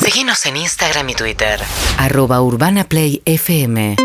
Seguinos en Instagram y Twitter. arroba urbanaplayfm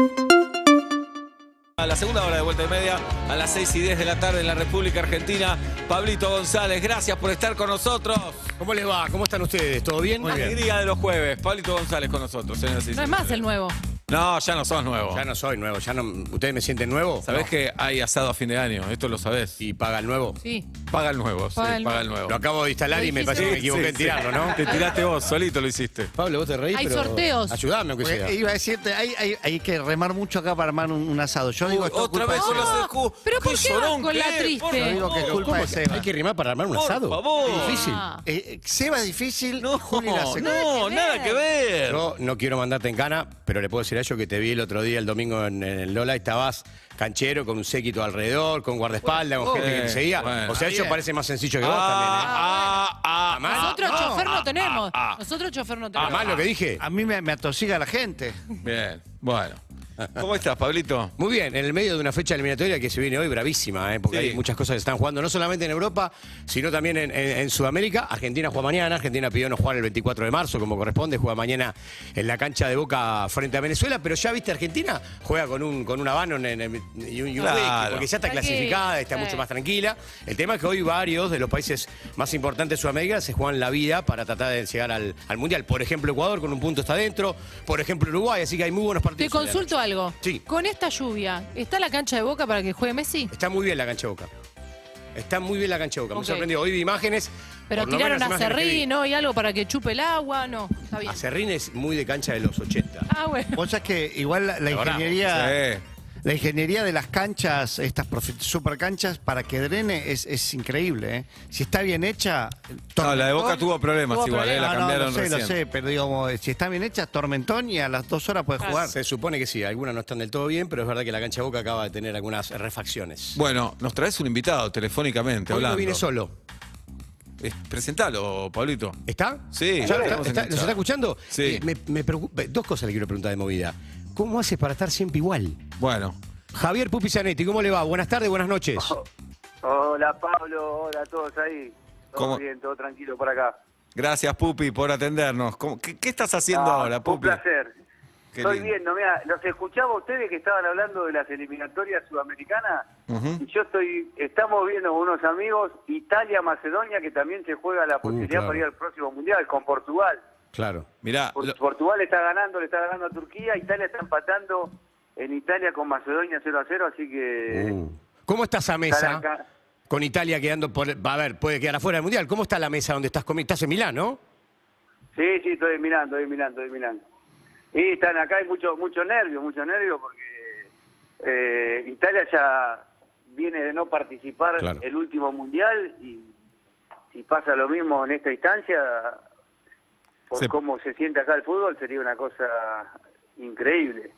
A la segunda hora de vuelta y media, a las 6 y 10 de la tarde en la República Argentina. Pablito González, gracias por estar con nosotros. ¿Cómo les va? ¿Cómo están ustedes? ¿Todo bien? Muy Alegría de los jueves. Pablito González con nosotros, señoras y No es señores. más el nuevo. No, ya no sos nuevo. Ya no soy nuevo, ya no. ¿Ustedes me sienten nuevo? Sabés que hay asado a fin de año, esto lo sabés. Y ¿Y paga el nuevo? Sí. paga el nuevo, sí, Paga el paga el nuevo. Lo acabo de instalar y me parece que me equivoqué Sí, en sí. tirarlo, ¿no? Te tiraste vos, solito lo hiciste. Pablo, vos te reís, Hay pero Pues, sorteos. Ayudame, aunque sea. Porque Pues, eh, iba a decirte, hay, hay- hay que remar mucho acá para armar un, un asado. Yo digo, esto es Otra culpa vez de solo Seba. haces cu- pero ¿por qué vas sorón, con la ¿qué? triste? Por Yo digo que favor, es culpa ¿Cómo de es? Seba. Hay que rimar para armar un por asado. favor. Difícil. Ah. Eh, eh, Seba es difícil, No, Juli la hace- no, nada que ver. Yo no quiero mandarte en cana, pero le puedo decir a ellos que te vi el otro día, el domingo en, en el Lola, y estabas canchero, con un séquito alrededor, con guardaespaldas, con gente que te bueno, seguía. bueno. o sea, ellos parece más sencillo que vos también. ¿eh? Ah, ah, ah, Nosotros ah, chofer ah, no tenemos. ah, ah. Nosotros chofer no tenemos. Además, lo que dije. A mí me, me atosiga la gente. Bien, bueno. ¿Cómo estás, Pablito? Muy bien, en el medio de una fecha eliminatoria que se viene hoy bravísima, ¿eh? porque Sí. hay muchas cosas que se están jugando, no solamente en Europa, sino también en, en- en Sudamérica. Argentina juega mañana, Argentina pidió no jugar el 24 de marzo, como corresponde, juega mañana en la cancha de Boca frente a Venezuela, pero ya viste, Argentina juega con un, con un habano en- en- en- y un, y un Claro. whisky, porque ya está Tranquila, clasificada, está sí. mucho más tranquila. El tema es que hoy varios de los países más importantes de Sudamérica se juegan la vida para tratar de llegar al, al Mundial. Por ejemplo, Ecuador con un punto está adentro, por ejemplo, Uruguay, así que hay muy buenos Te partidos. hoy a la consulto algo. Sí. Con esta lluvia, ¿está la cancha de boca para que juegue Messi? Está muy bien la cancha de Boca. Está muy bien la cancha de Boca. Me Ok. sorprendió. Hoy vi imágenes. Pero por lo tiraron menos a las imágenes que vi. Cerrino y algo para que chupe el agua. No, está bien. A Serrín es muy de cancha de los 80. Ah, bueno. Vos sabés que igual la, la ingeniería... Sí. La ingeniería de las canchas, estas profe- super canchas, para que drene es, es increíble. ¿eh? Si está bien hecha... No, la de Boca tormentón- tuvo problemas Tuvo igual, eh, la No, no, cambiaron lo sé, recién. lo sé, pero digo, si está bien hecha, tormentón y a las dos horas puedes jugar. Se supone que sí, algunas no están del todo bien, pero es verdad que la cancha de Boca acaba de tener algunas refacciones. Bueno, nos traes un invitado telefónicamente, Hoy no hablando. viene solo. Eh, presentalo, Pablito. ¿Está? Sí, ¿Ya ya lo está, tenemos está- enganchado. ¿Nos está escuchando? Sí. Eh, me- me preocupa- dos cosas le quiero preguntar de movida. ¿Cómo haces para estar siempre igual? Bueno, Javier Pupi Zanetti, ¿cómo le va? Buenas tardes, buenas noches. Hola Pablo, hola a todos ahí. Todo ¿Cómo? bien, todo tranquilo por acá. gracias, Pupi, por atendernos. ¿Cómo- qué, qué estás haciendo Ah, ahora, Un Pupi? placer. Qué Estoy lindo. viendo, mira, los escuchaba ustedes que estaban hablando de las eliminatorias sudamericanas. Ujú. Y yo estoy, estamos viendo con unos amigos Italia-Macedonia que también se juega Uh, la posibilidad claro. para ir al próximo mundial con Portugal. Claro. Mirá, Por- lo- Portugal está ganando, le está ganando a Turquía, Italia está empatando en Italia con Macedonia 0 a 0, así que Uh. ¿Cómo estás a mesa? Caracas. Con Italia quedando por. va A ver, puede quedar afuera del mundial. ¿Cómo está la mesa donde estás comiendo? Estás en Milán, ¿no? Sí, sí, estoy mirando, estoy mirando, estoy mirando. Y están acá, hay mucho, mucho nervio, mucho nervio, porque eh, Italia ya viene de no participar Claro. el último mundial y si pasa lo mismo en esta instancia, por Se- cómo se siente acá el fútbol, sería una cosa increíble.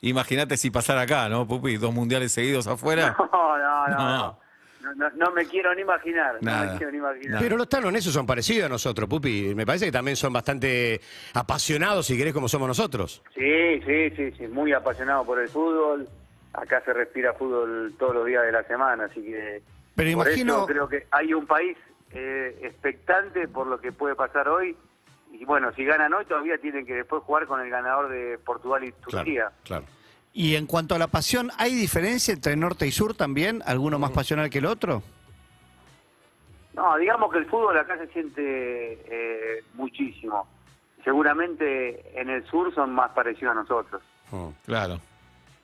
imagínate si pasara acá, ¿no, Pupi? Dos mundiales seguidos afuera. No, no, no, No. no. No, no, no me quiero ni imaginar, no Nada. me quiero ni imaginar. Pero los talones son parecidos a nosotros, Pupi. Me parece que también son bastante apasionados, si querés, como somos nosotros. Sí, sí, sí, sí, muy apasionado por el fútbol. Acá se respira fútbol todos los días de la semana, así que Pero por imagino- eso creo que hay un país eh, expectante por lo que puede pasar hoy. Y bueno, si ganan hoy todavía tienen que después jugar con el ganador de Portugal y Turquía. claro. Y en cuanto a la pasión, ¿hay diferencia entre norte y sur también? ¿Alguno Mm. más pasional que el otro? No, digamos que el fútbol acá se siente eh, muchísimo. Seguramente en el sur son más parecidos a nosotros. Mm, Un Claro.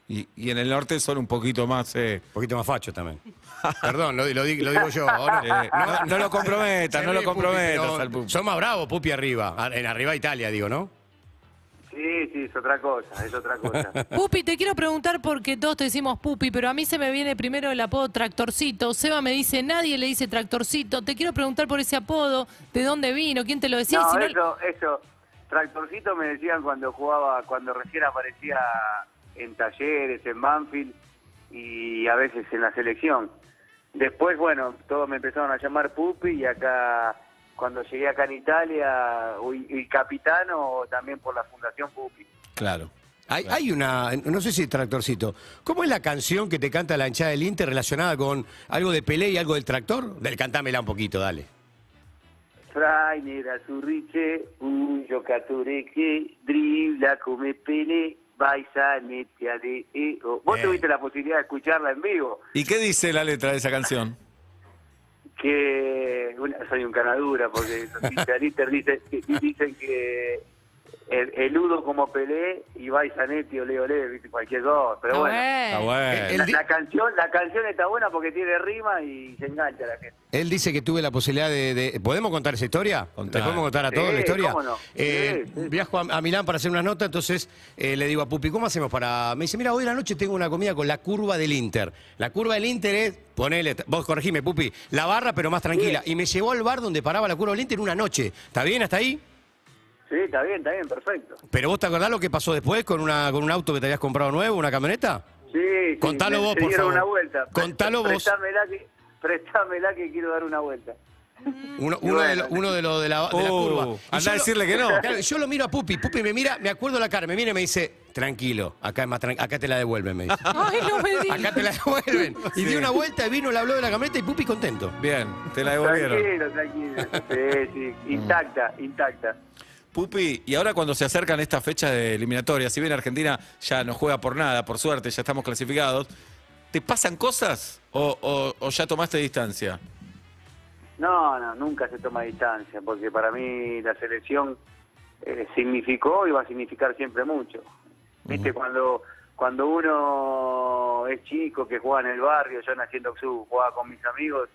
Y, y en el norte solo un poquito más. eh, poquito más facho también. Perdón, lo, di- lo di- lo digo yo. ¿o no? eh, no, no lo comprometas, Se no lo ríe, Pupi, comprometas pero al Pupi. Son más bravos, Pupi, arriba. A- En arriba Italia, digo, ¿no? Sí, sí, es otra cosa, es otra cosa. Pupi, te quiero preguntar porque todos te decimos Pupi, pero a mí se me viene primero el apodo Tractorcito. Seba me dice, nadie le dice Tractorcito. Te quiero preguntar por ese apodo, de dónde vino, quién te lo decía. No, y si no- eso, eso. Tractorcito me decían cuando jugaba, cuando recién aparecía en talleres, en Banfield y a veces en la selección. Después, bueno, todos me empezaron a llamar Pupi y acá, cuando llegué acá en Italia, y, y Capitano también por la Fundación Pupi. Claro. Hay, hay una, no sé si tractorcito, ¿cómo es la canción que te canta la hinchada del Inter relacionada con algo de Pelé y algo del tractor? Del, cantámela un poquito, dale. Frainer, Azurriche, Uyo, Catureque, Dribla, Come Pele, Baisanete, Ale, Eo. e, Vos Eh. tuviste la posibilidad de escucharla en vivo, ¿Y qué dice la letra de esa canción? Eh, que una- soy un canadura, porque los italianos dicen, que- dicen que el, eludo como Pelé y Baisanete, Ole, Ole, viste, cualquier dos, pero Está bueno. eh, bueno. Ah, bueno. La, la canción, la canción está buena porque tiene rima y se engancha la gente. Él dice que tuve la posibilidad de... de- ¿Podemos contar esa historia? Contá. ¿Les podemos contar a todos Sí, la historia? cómo no. Eh, Sí, sí. Viajo a, a Milán para hacer una nota, entonces eh, le digo a Pupi, ¿cómo hacemos para...? Me dice, mira, hoy en la noche tengo una comida con la curva del Inter. La curva del Inter es, ponele, vos corregime, Pupi, la barra pero más tranquila. Y me llevó al bar donde paraba la curva del Inter una noche. ¿Está bien hasta ahí? Sí, está bien, está bien, perfecto. ¿Pero vos te acordás lo que pasó después con, una, con un auto que te habías comprado nuevo, una camioneta? Sí, sí, Contalo me- vos, me por dieron favor. una vuelta. Contalo vos. Préstamela que, préstamela que quiero dar una vuelta. Uno, uno de, lo, uno de lo de la, de la Oh, curva. Y andá yo a lo- decirle que no. Claro, yo lo miro a Pupi, Pupi me mira, me acuerdo la cara, me mira y me dice, tranquilo, acá es más tran- acá te la devuelven, me dice. Ay, no me Acá digas. te la devuelven. Y Sí. dio una vuelta y vino, le habló de la camioneta y Pupi contento. Bien, te la devolvieron. Tranquilo, tranquilo. Sí, sí, intacta, intacta. Pupi, y ahora cuando se acercan estas fechas de eliminatoria, si bien Argentina ya no juega por nada, por suerte, ya estamos clasificados, ¿te pasan cosas o, o- o ya tomaste distancia? No, no, nunca se toma distancia, porque para mí la selección eh, significó y va a significar siempre mucho. Viste, cuando cuando uno es chico, que juega en el barrio, yo nací en Doxú, jugaba con mis amigos,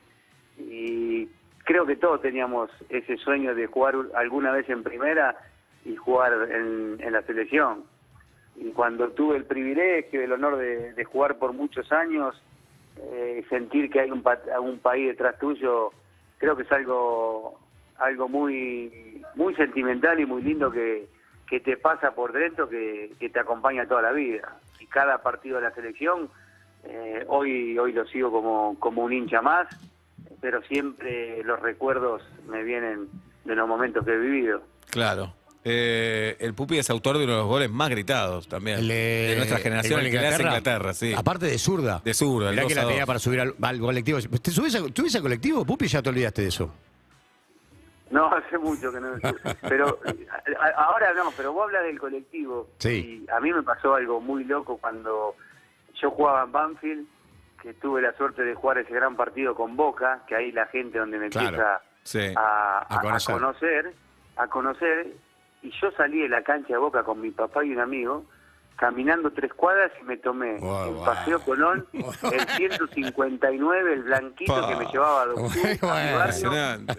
y creo que todos teníamos ese sueño de jugar u- alguna vez en primera y jugar en, en la selección. Y cuando tuve el privilegio, el honor de, de jugar por muchos años, eh, sentir que hay un, pa- un país detrás tuyo, creo que es algo algo muy muy sentimental y muy lindo que, que te pasa por dentro, que, que te acompaña toda la vida. Y cada partido de la selección, eh, hoy hoy lo sigo como, como un hincha más, pero siempre los recuerdos me vienen de los momentos que he vivido. Claro. Eh, el Pupi es autor de uno de los goles más gritados también. El, eh, de nuestra generación, el el gol que le hace Inglaterra. Inglaterra, sí. Aparte de zurda. De zurda, el Mirá 2 que a la 2. tenía para subir al, al colectivo. ¿Te subís a- ¿Subís al colectivo, Pupi? Ya te olvidaste de eso. No, hace mucho que no. Pero a- a- ahora no, pero vos hablas del colectivo. Sí. Y a mí me pasó algo muy loco cuando yo jugaba en Banfield, que tuve la suerte de jugar ese gran partido con Boca, que ahí la gente donde me Claro, empieza sí, a, a a- a conocer. conocer. a conocer. Y yo salí de la cancha de Boca con mi papá y un amigo, caminando tres cuadras y me tomé Guau, en guau. Paseo Colón el 159, el blanquito Pa. que me llevaba a Don Cruz, a mi Bueno. barrio. Impresionante.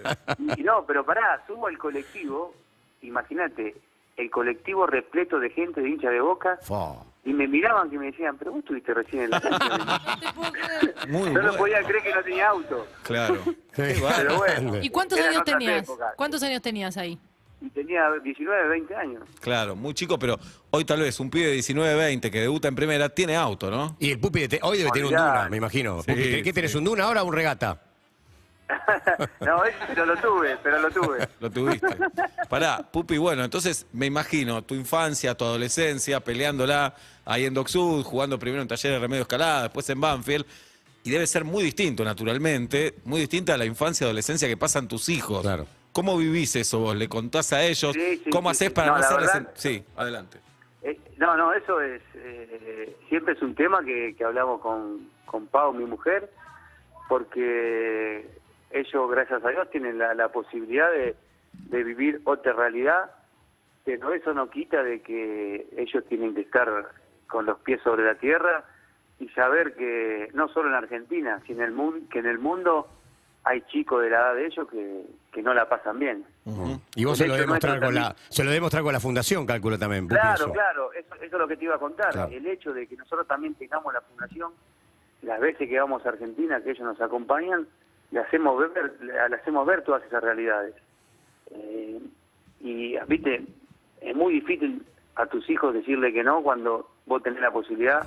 Y no, pero pará, subo al colectivo, imagínate, el colectivo repleto de gente de hincha de boca, Fua. y me miraban que me decían, pero vos estuviste recién en la cancha". No te puedo creer. Muy Yo no bueno. podía creer que no tenía auto, Claro. pero bueno. ¿Y cuántos eran años otras tenías? épocas. ¿Cuántos años tenías ahí? Y tenía 19, 20 años. Claro, muy chico, pero hoy tal vez un pibe de 19, 20 que debuta en primera tiene auto, ¿no? Y el Pupi de te- hoy debe tener un Olvidá. Duna, me imagino. Sí, Pupi, ¿Qué tenés, sí. un Duna ahora o un regata? No, eso pero lo tuve, pero lo tuve. Lo tuviste. Pará, Pupi, bueno, entonces me imagino tu infancia, tu adolescencia, peleándola ahí en Doc Sud, jugando primero en Talleres de Remedio Escalada, después en Banfield. Y debe ser muy distinto, naturalmente, muy distinta a la infancia y adolescencia que pasan tus hijos. Claro. ¿Cómo vivís eso vos? ¿Le contás a ellos? Sí, sí, ¿Cómo sí, haces sí. para No, no, la hacerles... verdad- en- Sí, adelante. Eh, no, no, eso es, eh, siempre es un tema que, que hablamos con, con Pau, mi mujer, porque ellos, gracias a Dios, tienen la, la posibilidad de, de vivir otra realidad, pero eso no quita de que ellos tienen que estar con los pies sobre la tierra y saber que no solo en Argentina, sino en el mundo, que en el mundo hay chicos de la edad de ellos que, que no la pasan bien. Y vos El se lo hecho debes mostrar nuestro con la, se lo debes mostrar con la fundación, cálculo también, Pupi, Claro, eso. claro, eso, eso es lo que te iba a contar. Claro. El hecho de que nosotros también tengamos la fundación, las veces que vamos a Argentina, que ellos nos acompañan, le hacemos ver, le le hacemos ver todas esas realidades. Eh, y, viste, es muy difícil a tus hijos decirle que no cuando vos tenés la posibilidad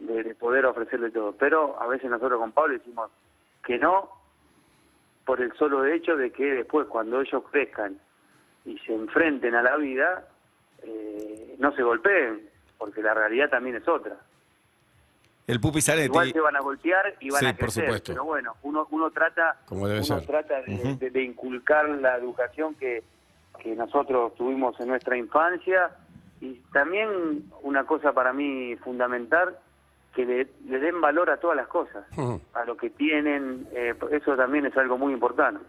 de, de poder ofrecerle todo. Pero a veces nosotros con Pablo decimos que no por el solo hecho de que después cuando ellos crezcan y se enfrenten a la vida, eh, no se golpeen, porque la realidad también es otra. El Pupi Igual Zanetti. se van a golpear y van Sí, a por crecer, supuesto. pero bueno, uno uno trata Como debe uno ser. trata de, de- de inculcar la educación que, que nosotros tuvimos en nuestra infancia y también una cosa para mí fundamental que le, le den valor a todas las cosas, Ujú. a lo que tienen, eh, eso también es algo muy importante.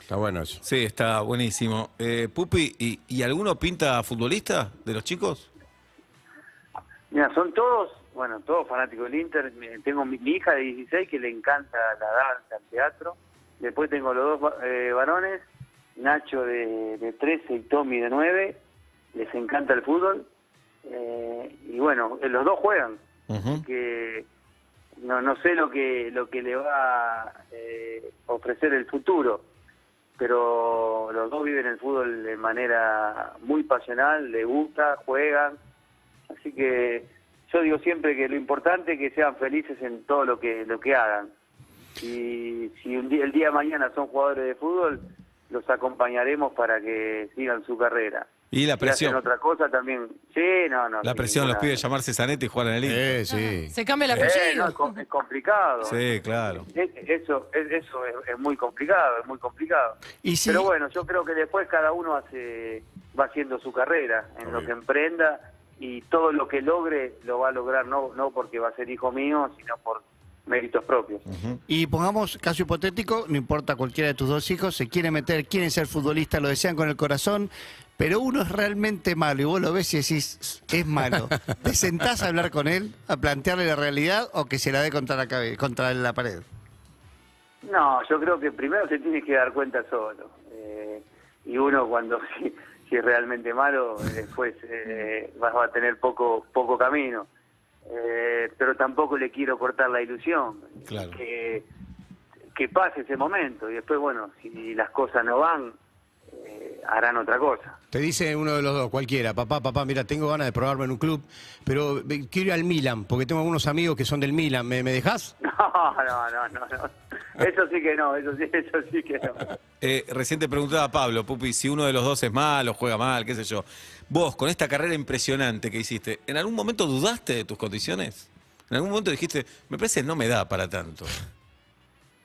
Está bueno eso. Sí, está buenísimo. Eh, Pupi, ¿y, y alguno pinta futbolista de los chicos? Mira, son todos, bueno, todos fanáticos del Inter. Me- Tengo mi, mi hija de 16 que le encanta la danza, el teatro. Después tengo los dos va- eh, varones, Nacho de, de 13 y Tommy de 9. Les encanta el fútbol. Eh, y bueno, eh, los dos juegan. Ujú. Que no, no sé lo que, lo que le va eh, a ofrecer el futuro. Pero los dos viven el fútbol de manera muy pasional, les gusta, juegan. Así que yo digo siempre que lo importante es que sean felices en todo lo que lo que hagan. Y si un día, el día de mañana son jugadores de fútbol, los acompañaremos para que sigan su carrera. Y la Si hacen presión. otra cosa también. Sí, no, no. La sin presión los ninguna- pide llamarse Zanetti y jugar en el Inter. Eh, sí. Se cambia la Eh, no, apellido. es, com- es complicado. Sí, claro. Es- Eh, Eso, es, eso es, es muy complicado, es muy complicado. Y si- Pero bueno, yo creo que después cada uno hace, va haciendo su carrera en lo Obvio. que emprenda y todo lo que logre lo va a lograr no, no porque va a ser hijo mío, sino por méritos propios. Y pongamos caso hipotético, no importa cualquiera de tus dos hijos, se quiere meter, quieren ser futbolista, lo desean con el corazón, pero uno es realmente malo y vos lo ves y decís, es malo. ¿Te sentás a hablar con él, a plantearle la realidad o que se la dé contra la, cabe- contra la pared? No, yo creo que primero se tiene que dar cuenta solo. Eh, y uno cuando si, si es realmente malo, después eh, va, va a tener poco, poco camino. Eh, pero tampoco le quiero cortar la ilusión. Claro. Que, que pase ese momento y después, bueno, si las cosas no van, eh, harán otra cosa. Te dice uno de los dos, cualquiera, papá, papá, mira, tengo ganas de probarme en un club, pero eh, quiero ir al Milan, porque tengo algunos amigos que son del Milan, ¿me, me dejás? No, no, no, no, no. Eso sí que no, eso sí, eso sí que no. Eh, recién te preguntaba Pablo, Pupi, si uno de los dos es malo, juega mal, qué sé yo. Vos, con esta carrera impresionante que hiciste, ¿en algún momento dudaste de tus condiciones? ¿En algún momento dijiste, me parece no me da para tanto?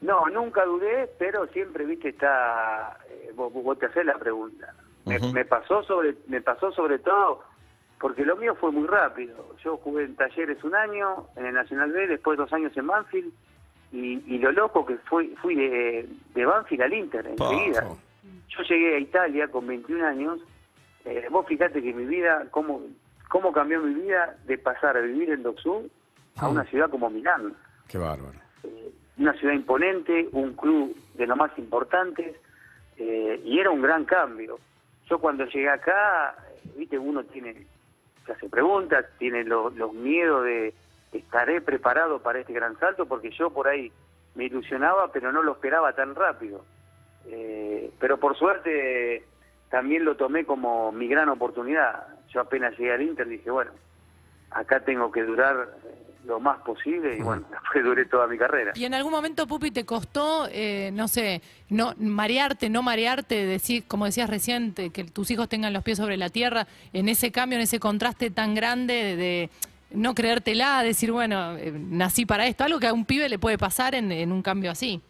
No, nunca dudé, pero siempre, viste, está... eh, vos, vos- vos te haces la pregunta. Me, Ujú. me pasó sobre, me pasó sobre todo porque lo mío fue muy rápido. Yo jugué en talleres un año, en el Nacional B, después dos años en Banfield, y, y lo loco que fui, fui de, de Banfield al Inter Pa, enseguida. pa. Yo llegué a Italia con 21 años. Eh, vos fijate que mi vida, cómo, cómo cambió mi vida de pasar a vivir en Doxú a una ciudad como Milán Qué bárbaro. una ciudad imponente, un club de los más importantes, eh, y era un gran cambio. Yo cuando llegué acá, eh, viste, uno tiene, se hace preguntas, tiene lo- los miedos de, ¿estaré preparado para este gran salto? Porque yo por ahí me ilusionaba, pero no lo esperaba tan rápido. Eh, pero por suerte también lo tomé como mi gran oportunidad. Yo apenas llegué al Inter dije, bueno, acá tengo que durar eh, lo más posible y bueno, después duré toda mi carrera. Y en algún momento, Pupi, te costó, eh, no sé, no marearte, no marearte, decir, como decías recién, te- que tus hijos tengan los pies sobre la tierra, en ese cambio, en ese contraste tan grande de, de no creértela, decir, bueno, eh, nací para esto, algo que a un pibe le puede pasar en, en un cambio así.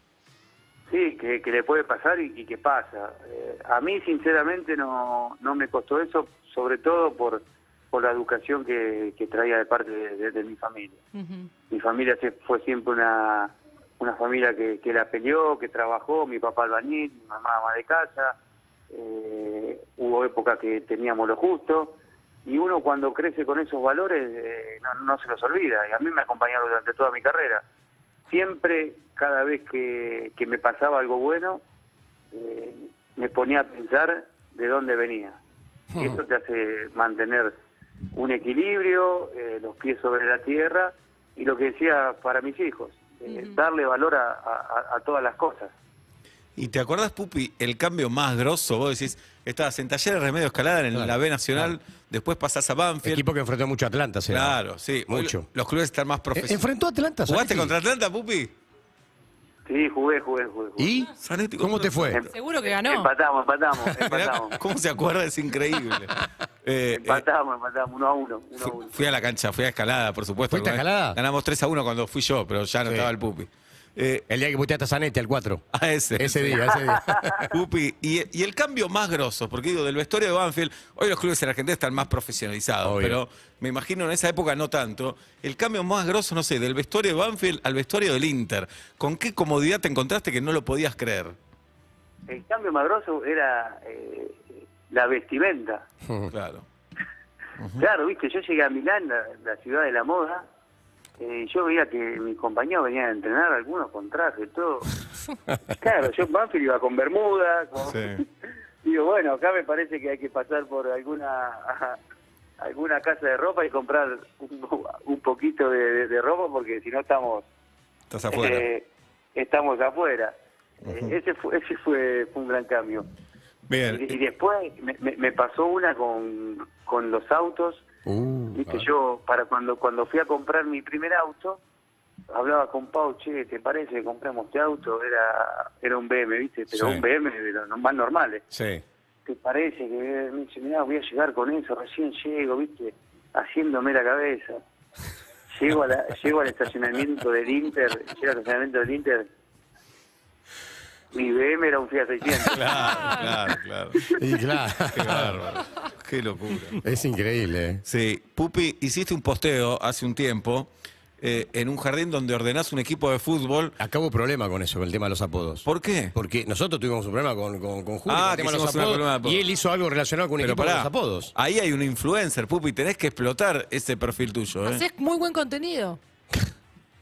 Sí, que, que le puede pasar y, y que pasa. Eh, a mí, sinceramente, no, no me costó eso, sobre todo por, por la educación que, que traía de parte de, de- de mi familia. Ujú. Mi familia se- fue siempre una, una familia que, que la peleó, que trabajó, mi papá albañil, mi mamá ama de casa, eh, hubo épocas que teníamos lo justo, y uno cuando crece con esos valores eh, no, no se los olvida, y a mí me acompañaron durante toda mi carrera. Siempre, cada vez que, que me pasaba algo bueno, eh, me ponía a pensar de dónde venía. Y Eso te hace mantener un equilibrio, eh, los pies sobre la tierra y lo que decía para mis hijos, eh, darle valor a, a- a todas las cosas. ¿Y te acordás, Pupi, el cambio más grosso? Vos decís, estabas en Talleres Remedio Escalada en Claro, la B Nacional, después pasás a Banfield. Equipo que enfrentó mucho a Atlanta, será. claro, sí. Hoy Mucho. Los clubes están más Eh, profesionales. Enfrentó a Atlanta, ¿Jugaste Zanetti. contra Atlanta, Pupi? Sí, jugué, jugué, jugué. jugué. ¿Y? Zanetti, ¿Cómo te fue? Em- Seguro que ganó. Empatamos, empatamos, Mirá empatamos. ¿Cómo se acuerda? Es increíble. Eh, eh, Empatamos, empatamos, uno a uno, uno a Fu- uno. Fui a la cancha, fui a escalada, por supuesto. ¿Fuiste a Gan- escalada? Ganamos 3 a 1 cuando fui yo, pero ya no Sí. estaba el Pupi. Eh, El día que puteaste a Zanetti, al 4. a ese. Ese día, ese día. Pupi, y, y el cambio más grosso, porque digo, del vestuario de Banfield, hoy los clubes en Argentina están más profesionalizados, Obvio. pero me imagino en esa época no tanto. El cambio más grosso, no sé, del vestuario de Banfield al vestuario del Inter. ¿Con qué comodidad te encontraste que no lo podías creer? El cambio más grosso era eh, la vestimenta. Mm. Claro. Claro, viste, yo llegué a Milán, la, la ciudad de la moda, eh, yo veía que mis compañeros venían a entrenar, algunos con traje, todo. Claro, yo en Banfield iba con bermuda, con- Sí. digo, bueno, acá me parece que hay que pasar por alguna alguna casa de ropa y comprar un, po- un poquito de, de- de ropa porque si no estamos Estás afuera. eh, estamos afuera. Eh, Ese, fue, ese fue, fue un gran cambio. Bien. Y, y después me, me- me pasó una con, con los autos. Uh, Viste, yo para cuando cuando fui a comprar mi primer auto, hablaba con Pau, che, ¿te parece que compramos este auto? Era era un BM, ¿viste? Pero Sí. un BM de los más normales. sí. ¿Te parece que me dice, mirá, voy a llegar con eso, recién llego, ¿viste? Haciéndome la cabeza. Llego, a la- llego al estacionamiento del Inter, llego al estacionamiento del Inter. Mi BM era un Fiat 600. Claro, claro, claro. Y claro, Qué bárbaro. Qué locura. es increíble. ¿eh? Sí, Pupi, hiciste un posteo hace un tiempo eh, en un jardín donde ordenás un equipo de fútbol. Acá hubo problema con eso, con el tema de los apodos. ¿Por qué? Porque nosotros tuvimos un problema con, con, con Julio, Ah, con que el tema de los hicimos una columna de apodos. apodos. Ah, Y él hizo algo relacionado con un equipo de los apodos. ahí hay un influencer, Pupi, tenés que explotar ese perfil tuyo, ¿eh? Haces muy buen contenido.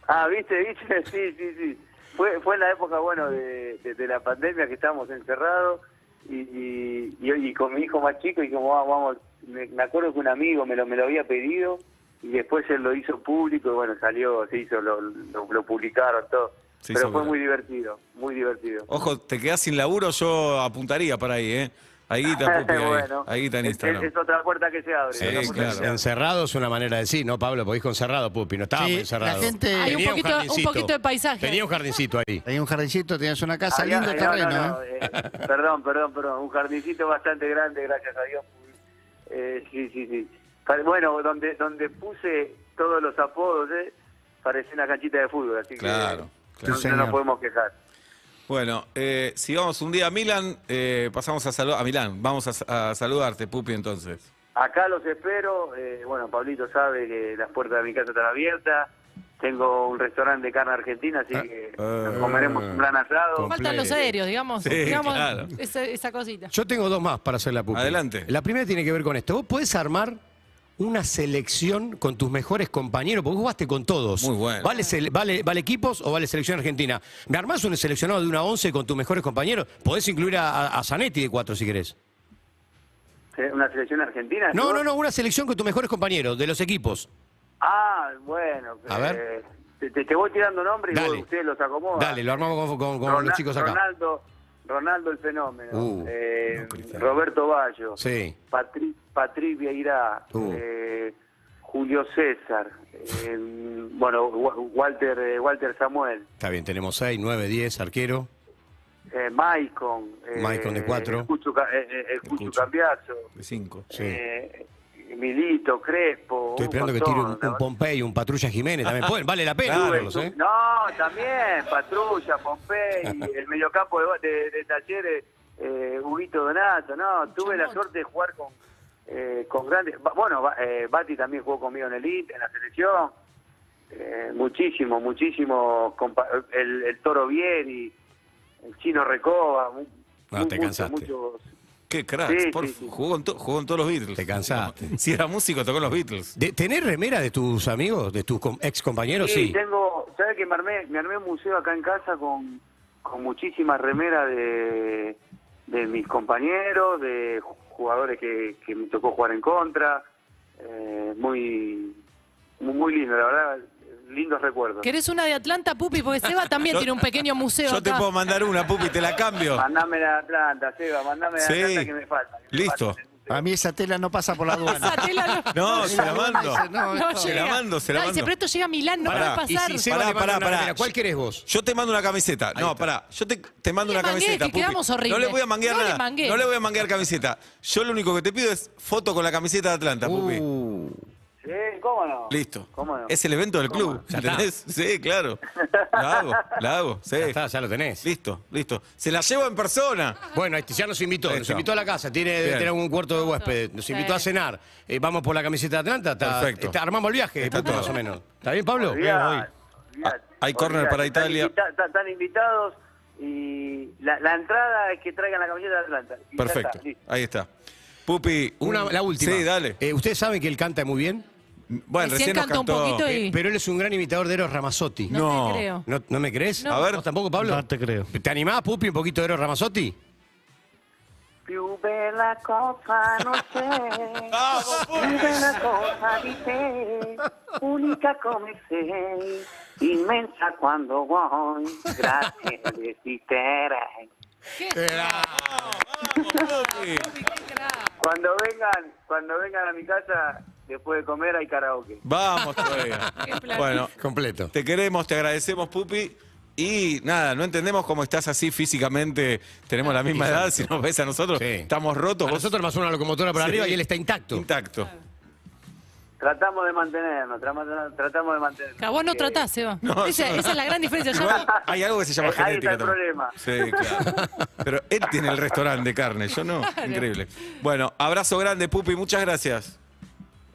Ah, viste, viste, sí, sí, sí. Fue, fue en la época, bueno, de, de- de la pandemia que estábamos encerrados y, y, y- y con mi hijo más chico y como vamos, vamos, me, me acuerdo que un amigo me lo, me lo había pedido y después él lo hizo público y bueno, salió, se hizo, lo, lo, lo publicaron todo. Se Pero hizo viral. fue Oh, muy divertido, muy divertido. Ojo, te quedás sin laburo, yo apuntaría para ahí, ¿eh? Ahí está Ah, Pupi, ahí, ahí está en es- Instagram. Es, es otra puerta que se abre. Sí, otra puerta que claro. se abre. Encerrado es una manera de decir, ¿no, Pablo? Porque dijo encerrado, Pupi, no estábamos Sí, encerrados. la gente- Hay un Tenía poquito- un jardincito. poquito de paisaje. Tenía un jardincito ahí. Hay un jardincito, tenías una casa, Ah, ya, lindo no, terreno, no, no, ¿eh? eh, perdón, perdón, perdón. Un jardincito bastante grande, gracias a Dios. Eh, sí, sí, sí. Pa- Bueno, donde donde puse todos los apodos, eh, parecía una canchita de fútbol, así Claro, que claro. no- Sí, no, señor. nos podemos quejar. Bueno, eh, si vamos un día a Milán, eh, pasamos a, salu- a Milán. Vamos a, sa- a saludarte, Pupi, entonces. Acá los espero. eh, bueno, Pablito sabe que las puertas de mi casa están abiertas. Tengo un restaurante de carne argentina, Ah. así que nos comeremos un gran asado. Comple- Faltan los aéreos, digamos. Sí, digamos claro. esa, esa cosita. Yo tengo dos más para hacer la Pupi. Adelante. La primera tiene que ver con esto. Vos podés armar una selección con tus mejores compañeros, porque vos jugaste con todos. Muy bueno. ¿Vale, sele- vale, vale equipos o vale selección argentina? ¿Me armás un seleccionado de una once con tus mejores compañeros? Podés incluir a, a- a Zanetti de cuatro si querés. Eh, ¿Una selección argentina? No, ¿sí? no, no, una selección con tus mejores compañeros de los equipos. Ah, bueno. eh, A ver. Te, te- te voy tirando nombres y Dale. vos- ustedes los acomodan. Dale, lo armamos con, con- con Ronal- los chicos acá. Ronaldo, Ronaldo el fenómeno. Uh, eh, no, Cristiano. Roberto Ballo. Sí. Patri- Patrick Vieira. Uh. eh, Julio César. eh, bueno, Wa- Walter, eh, Walter Samuel. Está bien, tenemos 6, 9, 10, arquero. Eh, Maicon. eh, Maicon de cuatro. El Cucho, Ca- eh, eh, el Cucho Cucho. Cambiazo. De cinco. Sí. eh, Milito, Crespo. Estoy un esperando que montón, tire un, la un verdad. Pompey, un Patrulla Jiménez también. Pueden- vale la pena, Claro. Carlos, ¿eh? No, también, Patrulla, Pompey, el mediocampo de, de, de Talleres, eh, Huguito Donato, no, tuve la suerte de jugar con, eh, con grandes, ba- bueno, ba- eh, Bati también jugó conmigo en el Inter, en la selección, eh, muchísimo, muchísimo, compa- el, el Toro Vieri, el Chino Recoba, mu- No, mu- Ah, te muchos, cansaste. muchos. Qué crack. Sí, por- sí, sí. Jugó, con to- jugó con todos los Beatles. Te cansaste. Si era músico, tocó en los Beatles. De, ¿Tenés remera de tus amigos, de tus com- ex compañeros? Sí. tengo, ¿sabes que me armé, me armé un museo acá en casa con, con muchísimas remeras de, de mis compañeros, de jugadores que, que me tocó jugar en contra? Eh, muy, muy, muy lindo, la verdad, lindos recuerdos. ¿Querés una de Atlanta, Pupi? Porque Seba también Yo- tiene un pequeño museo Yo te acá. puedo mandar una, Pupi, te la cambio. Mandame la planta, Seba, mandame la Sí. planta que me falta. que me Listo. falta. A mí esa tela no pasa por la aduana. Esa tela no- No, se la mando. No, no se la llega. mando, se la No, mando. Dice, pero esto llega a Milán, no Pará, puede Y pasar. si Seba Pará, le manda pará, una pará. remera, ¿Cuál querés vos? Yo te mando una camiseta. no, pará. Yo te, te mando No una le manguees, camiseta. que Pupi. quedamos No horrible. le voy a manguear No le nada. manguees. No le voy a manguear camiseta. Yo lo único que te pido es foto con la camiseta de Atlanta, Uh. Pupi. Sí, ¿cómo no? Listo. ¿Cómo no? Es el evento del club. Ya está. ¿Entendés? Sí, claro. La hago, la hago. Sí. Ya está, ya lo tenés. Listo, listo. Se la llevo en persona. Bueno, este ya nos invitó, Ahí nos está. invitó a la casa, tiene debe Bien. tener un cuarto de huésped, nos Sí. invitó a cenar, eh, vamos por la camiseta de Atlanta, está- Perfecto. está- armamos el viaje, Está Pupi, todo. más o menos. ¿Está bien, Pablo? Olvidate, olvidate. Ah, hay córner Olvidate, para están Italia. invita- ta- Están invitados y la, la entrada es que traigan la camiseta de Atlanta. Y ya Perfecto. está, listo. Ahí está. Pupi, un- Una, la última. Sí, dale. Eh, Ustedes saben que él canta muy bien, Bueno, Recién recién nos cantó un cantó. poquito y- Sí. pero él es un gran imitador de Eros Ramazzotti. No, No. te creo. ¿No, no me crees? No. A ver. ¿Vos tampoco, Pablo? No te creo. ¿Te animás, Pupi, un poquito de Eros Ramazzotti? Piube la copa, no sé. Vamos, pues. Piube la copa, dice. Única come sei. Inmensa cuando voy. Gracias, resistiré. Eh, Pupi. Cuando vengan, cuando vengan a mi casa, después de comer hay karaoke. Vamos todavía. Qué plan. Bueno, Completo. Te queremos, te agradecemos, Pupi. Y nada, no entendemos cómo estás así físicamente. Tenemos la misma edad, si nos ves a nosotros, Sí. estamos A rotos. Vos- nosotros nos pasó una locomotora por Sí. arriba y él está intacto. Intacto. Tratamos de mantenernos, tratamos, tratamos de mantenernos. Que a vos no Eh, tratás, Seba. No, esa, yo no. esa es la gran diferencia. Ya Igual no- hay algo que se llama Ahí está el genética también. problema. Sí, claro. Pero él tiene el restaurante de carne, yo no. Increíble. Bueno, abrazo grande, Pupi. Muchas gracias.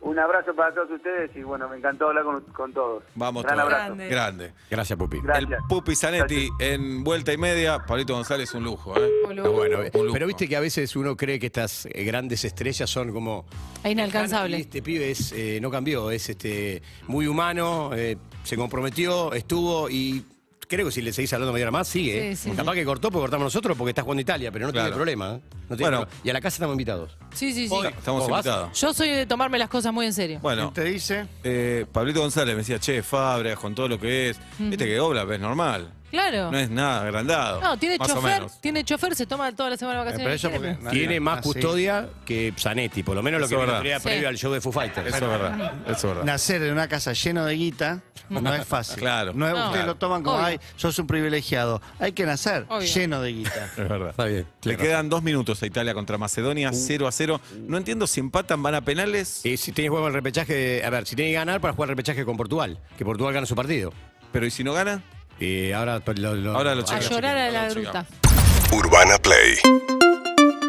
Un abrazo para todos ustedes y bueno, me encantó hablar con, con todos. Vamos Gran todavía. abrazo. Grande. Grande. Gracias, Pupi. El Gracias. Pupi Zanetti en vuelta y media. Pablito González, un lujo, ¿eh? Un Está bueno, Un eh. lujo. pero viste que a veces uno cree que estas eh, grandes estrellas son como Es Y inalcanzable. Este pibe es, eh, no cambió, es este muy humano, eh, se comprometió, estuvo y creo que si le seguís hablando media hora más, sigue. ¿eh? Sí, sí. Capaz que cortó porque cortamos nosotros porque está jugando Italia, pero no Claro. tiene problema. ¿eh? No tiene Bueno. problema. Y a la casa estamos invitados. Sí, sí, sí. Hoy estamos ¿Vos vas? invitados. Yo soy de tomarme las cosas muy en serio. Bueno, ¿Quién te dice? Eh, Pablito González me decía, che, Fabregas, con todo lo que es. Viste que Obla es normal. claro. No es nada agrandado. No, tiene más O chofer, menos. tiene chofer, se toma toda la semana de vacaciones. Pero eso que quiere, porque nadie- tiene más nací- custodia que Zanetti, por lo menos lo Eso es que me verdad. gustaría Sí. previo al show de Foo Fighters. Eso es verdad. Eso es verdad. Nacer en una casa lleno de guita no es fácil. Claro. No es- No. Ustedes lo toman como, Obvio. ay, sos un privilegiado. Hay que nacer Obvio. lleno de guita. Es verdad. Está bien. Le quedan dos minutos a Italia contra Macedonia, 0 a 0. No entiendo si empatan, van a penales, Y si tiene juego el repechaje, a ver, si tiene que ganar para jugar el repechaje con Portugal, que Portugal gana su partido. pero ¿y si no gana? Y ahora lo, Ahora lo A chequeamos. llorar a Ahora la lo gruta. chequeamos. Urbana Play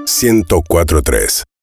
1043